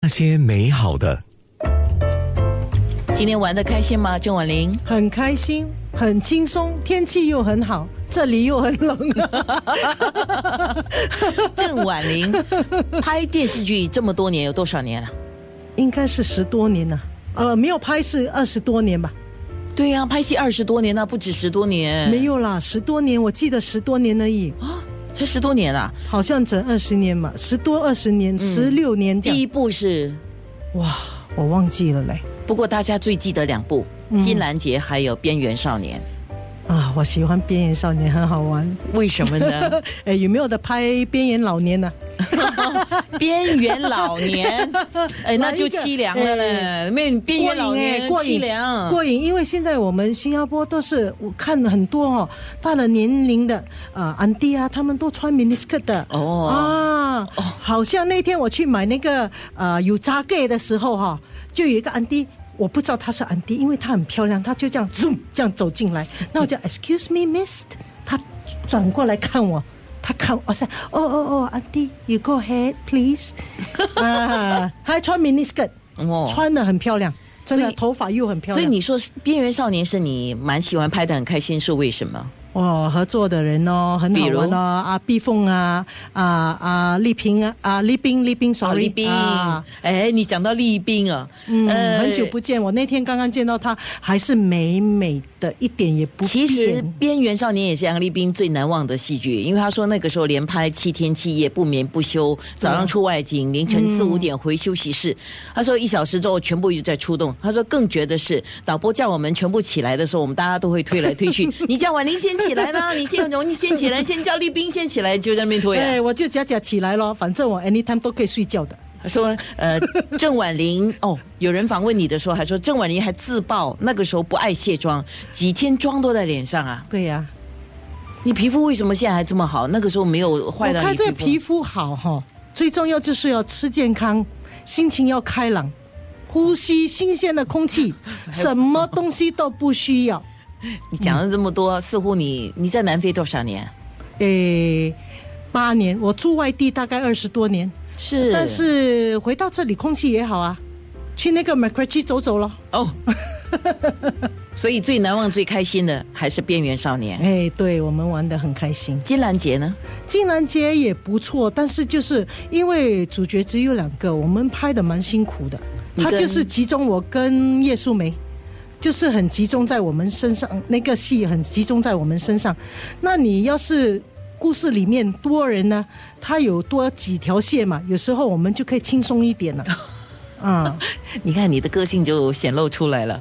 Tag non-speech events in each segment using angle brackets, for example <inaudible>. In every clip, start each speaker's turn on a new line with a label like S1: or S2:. S1: 那些美好的。
S2: 今天玩的开心吗？郑婉玲， <laughs>
S3: 很开心，很轻松，天气又很好，这里又很冷。啊
S2: 郑婉玲拍电视剧这么多年，有多少年啊了、
S3: 应该是十多年了，呃，没有拍是二十多年吧？
S2: 对呀、拍戏二十多年了，不止十多年，
S3: 没有啦，十多年，我记得十多年而已，
S2: 啊，才十多年啊。
S3: 好像整二十年嘛，十多二十年，十六年这
S2: 第
S3: 样。
S2: 一部是，
S3: 哇，我忘记了嘞。
S2: 不过大家最记得两部《金兰杰》还有《边缘少年
S3: 啊，我喜欢《边缘少年》，很好玩。》， <laughs>
S2: 为什么 <laughs> 呢？
S3: 哎，有没有的拍《边缘老年》啊呢？
S2: 边缘老年，哎，那就
S3: 来一个
S2: 凄凉了嘞。没有边缘老年
S3: 过
S2: 凄
S3: 瘾
S2: 凉，
S3: 过瘾，因为现在我们新加坡都是我看很多哦，大了年龄的呃安迪啊，他们都穿 miniskirt 的
S2: 哦
S3: 啊，好像那天我去买那个呃有扎盖的时候哈、就有一个安迪。我不知道她是安迪，因为她很漂亮，她就这样 zoom 这样走进来，那我就 excuse me miss，她转过来看我，她看我，我说哦哦哦，安迪，you go ahead please，啊，她还穿 miniskirt，
S2: 哦
S3: 穿的很漂亮，真
S2: 所
S3: 的
S2: 以
S3: 头发又很漂
S2: 所
S3: 亮。
S2: 以你说《边缘少年》是你蛮喜欢拍的，很开心，是为什么？
S3: 哦，合作的人哦，很好
S2: 比
S3: 玩
S2: 如
S3: 哦，啊，毕凤啊，啊啊，丽萍啊，啊，丽冰，丽冰
S2: 哦，
S3: ，sorry，
S2: 立斌
S3: 啊，
S2: 哎，你讲到立斌啊，
S3: 嗯，
S2: 呃
S3: 很久不见，我那天刚刚见到她，还是美美的，一点也不
S2: 其实
S3: 变
S2: 《边缘少年》也是杨丽斌最难忘的戏剧，因为他说那个时候连拍七天七夜，不眠不休，早上出外
S3: 嗯
S2: 景，凌晨四五点回休息室。他说一小时之后全部一直在出动。他说更绝的是，导播叫我们全部起来的时候，我们大家都会推来推
S3: <laughs>
S2: 去。你叫婉玲先起来啦，你先容易先起来，先叫丽斌先起来，就在那边推、啊。
S3: <laughs> 哎，我就假假起来咯，反正我 anytime 都可以睡觉的。
S2: 他说：“呃，郑婉玲 <laughs> 哦，有人访问你的时候还说郑婉玲还自曝那个时候不爱卸妆，几天妆都在脸上啊。
S3: 对呀、
S2: 你皮肤为什么现在还这么好？那个时候没有坏
S3: 我
S2: 到
S3: 看
S2: 你皮
S3: 这
S2: 肤。
S3: 皮肤好哈、最重要就是要吃健康，心情要开朗，呼吸新鲜的空
S2: <laughs>
S3: 气，什么东西都不需要。
S2: 你讲了这么多，似乎你你在南非多少年？
S3: 诶，八年，我住外地大概二十多年，
S2: 是
S3: 但是回到这里空气也好啊，去那个 m c r a c h 走走咯。
S2: 哦， <laughs> 所以最难忘、最开心的还是《边缘少年》。
S3: 哎，对我们玩的很开心，
S2: 金兰杰呢？
S3: 金兰街也不错，但是就是因为主角只有两个，我们拍的蛮辛苦的。
S2: 你
S3: 他
S2: 跟
S3: 就是集中我跟叶素梅，就是很集中在我们身上，那个戏很集中在我们身上。那你要是故事里面多人呢，他有多几条线嘛，有时候我们就可以轻松一
S2: <laughs>
S3: 点了。啊
S2: 你看你的个性就显露出来了。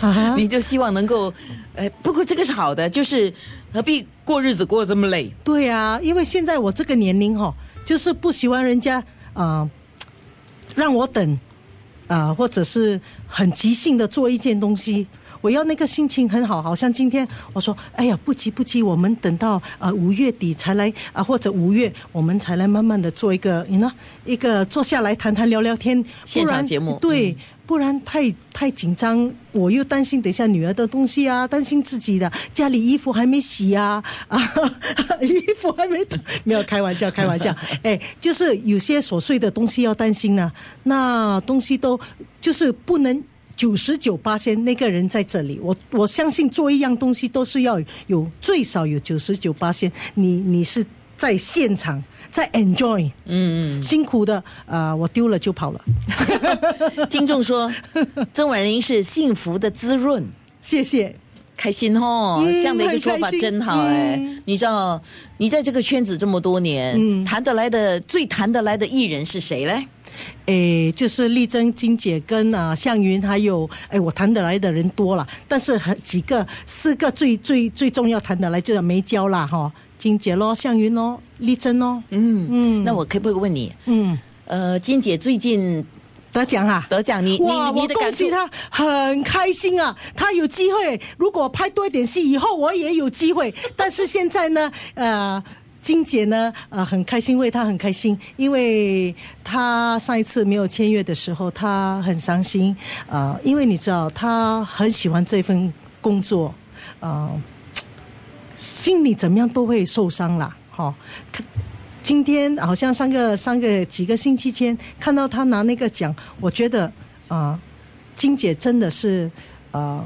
S3: 啊！
S2: 你就希望能够，呃，不过这个是好的，就是何必过日子过得这么累？
S3: 对啊，因为现在我这个年龄哈、就是不喜欢人家啊、呃让我等啊、或者是很即兴的做一件东西。我要那个心情很好，好像今天我说，哎呀，不急不急，我们等到呃五月底才来啊、或者五月我们才来慢慢的做一个，你呢一个坐下来谈谈聊聊天，不然
S2: 现场节目
S3: 对。不然太太紧张，我又担心等一下女儿的东西啊，担心自己的家里衣服还没洗啊， <laughs> 啊，衣服还没脱，没有开玩笑，开玩笑，哎，就是有些琐碎的东西要担心呢、那东西都就是不能。九十九八仙那个人在这里，我我相信做一样东西都是要有最少有九十九八仙，你你是在现场在 enjoy，嗯，辛苦的啊、呃我丢了就跑了。
S2: 听众说，曾婉玲是幸福的滋润，
S3: 谢谢。
S2: 开心哦，
S3: 嗯
S2: 这样的一个说法
S3: 很开心
S2: 真好哎、
S3: 嗯
S2: 你知道，你在这个圈子这么多年，谈得来的最谈得来的艺人是谁嘞？
S3: 诶，就是丽珍、金姐跟啊、向云，还有诶，我谈得来的人多了，但是很几个四个最最最重要谈得来就是没交啦哈，金姐咯，向云咯，丽珍咯，
S2: 嗯
S3: 嗯
S2: 那我可不可以问你？
S3: 嗯，
S2: 呃，金姐最近
S3: 得奖啊！
S2: 得奖，你
S3: 哇，
S2: 你你
S3: 我
S2: 你的感
S3: 恭
S2: 受
S3: 喜？她，很开心啊！她有机会，如果拍多一点戏，以后我也有机会。但是现在呢， <laughs> 呃，金姐呢，呃，很开心，为她很开心，因为她上一次没有签约的时候，她很伤心。呃，因为你知道，她很喜欢这份工作，呃，心里怎么样都会受伤啦。哈、今天好像上个上个几个星期前看到他拿那个奖，我觉得啊、呃金姐真的是呃，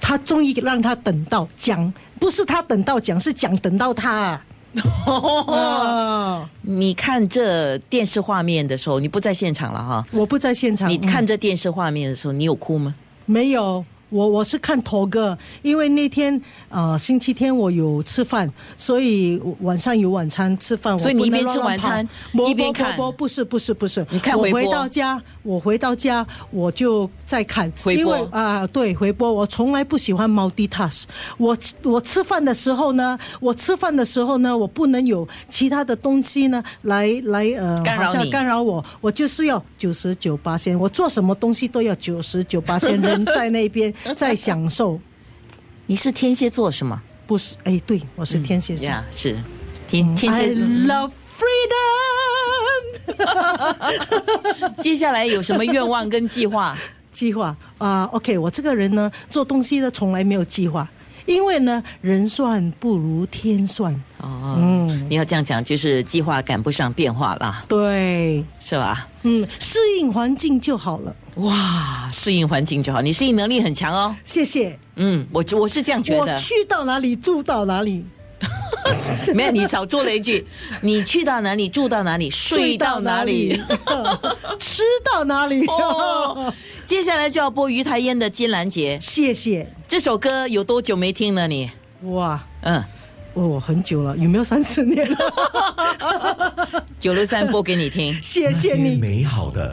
S3: 她终于让她等到奖，不是她等到奖，是奖等到她。啊
S2: <laughs>
S3: 哦，
S2: 你看这电视画面的时候，你不在现场了哈。
S3: 我不在现场，
S2: 你看
S3: 嗯
S2: 这电视画面的时候，你有哭吗？
S3: 没有，我我是看头哥，因为那天呃星期天我有吃饭，所以晚上有晚餐吃饭，
S2: 所以你
S3: 我不能
S2: 一边吃
S3: 乱
S2: 晚餐
S3: 跑不
S2: 一边
S3: 不不
S2: 看
S3: 不不是不是不是，
S2: 你看
S3: 我
S2: 回播
S3: 回到家，我回到家我就在看，
S2: 回播
S3: 因为啊、对回播，我从来不喜欢 multitask，我我吃饭的时候呢，我吃饭的时候呢，我不能有其他的东西呢来来呃
S2: 干扰
S3: 好像
S2: 你
S3: 干扰我，我就是要九十九八仙，我做什么东西都要九十九
S2: <laughs>
S3: 八仙，人在那边在享受，
S2: 你是天蝎座是吗？
S3: 不是？哎，对，我是天蝎座、嗯
S2: 呀、嗯是天天
S3: i
S2: 蝎嗯座。
S3: love freedom
S2: <laughs> 接下来有什么愿望跟计
S3: <laughs>
S2: 划？
S3: 计划啊、o k 我这个人呢，做东西呢从来没有计划，因为呢，人算不如天算，
S2: 哦，
S3: 嗯
S2: 你要这样讲，就是计划赶不上变化啦，
S3: 对，
S2: 是吧？
S3: 嗯，适应环境就好了，
S2: 哇，适应环境就好，你适应能力很强哦。
S3: 谢谢。
S2: 嗯，我我是这样觉
S3: 我
S2: 得，
S3: 去到哪里住到哪里，
S2: 没有你少做了一
S3: <laughs>
S2: 句，你去到哪里住到哪里睡到哪里。
S3: 睡到哪里， <laughs> 吃到哪里。
S2: <laughs> 哦，接下来就要播于台烟的《金兰节》
S3: 谢谢，
S2: 这首歌，有多久没听了你？
S3: 哇，
S2: 嗯，
S3: 哦，我很久了，有没有三十年了？ <laughs>
S2: 九六三播给你听。
S3: 谢
S1: 那些
S3: 谢你。
S1: 美好的。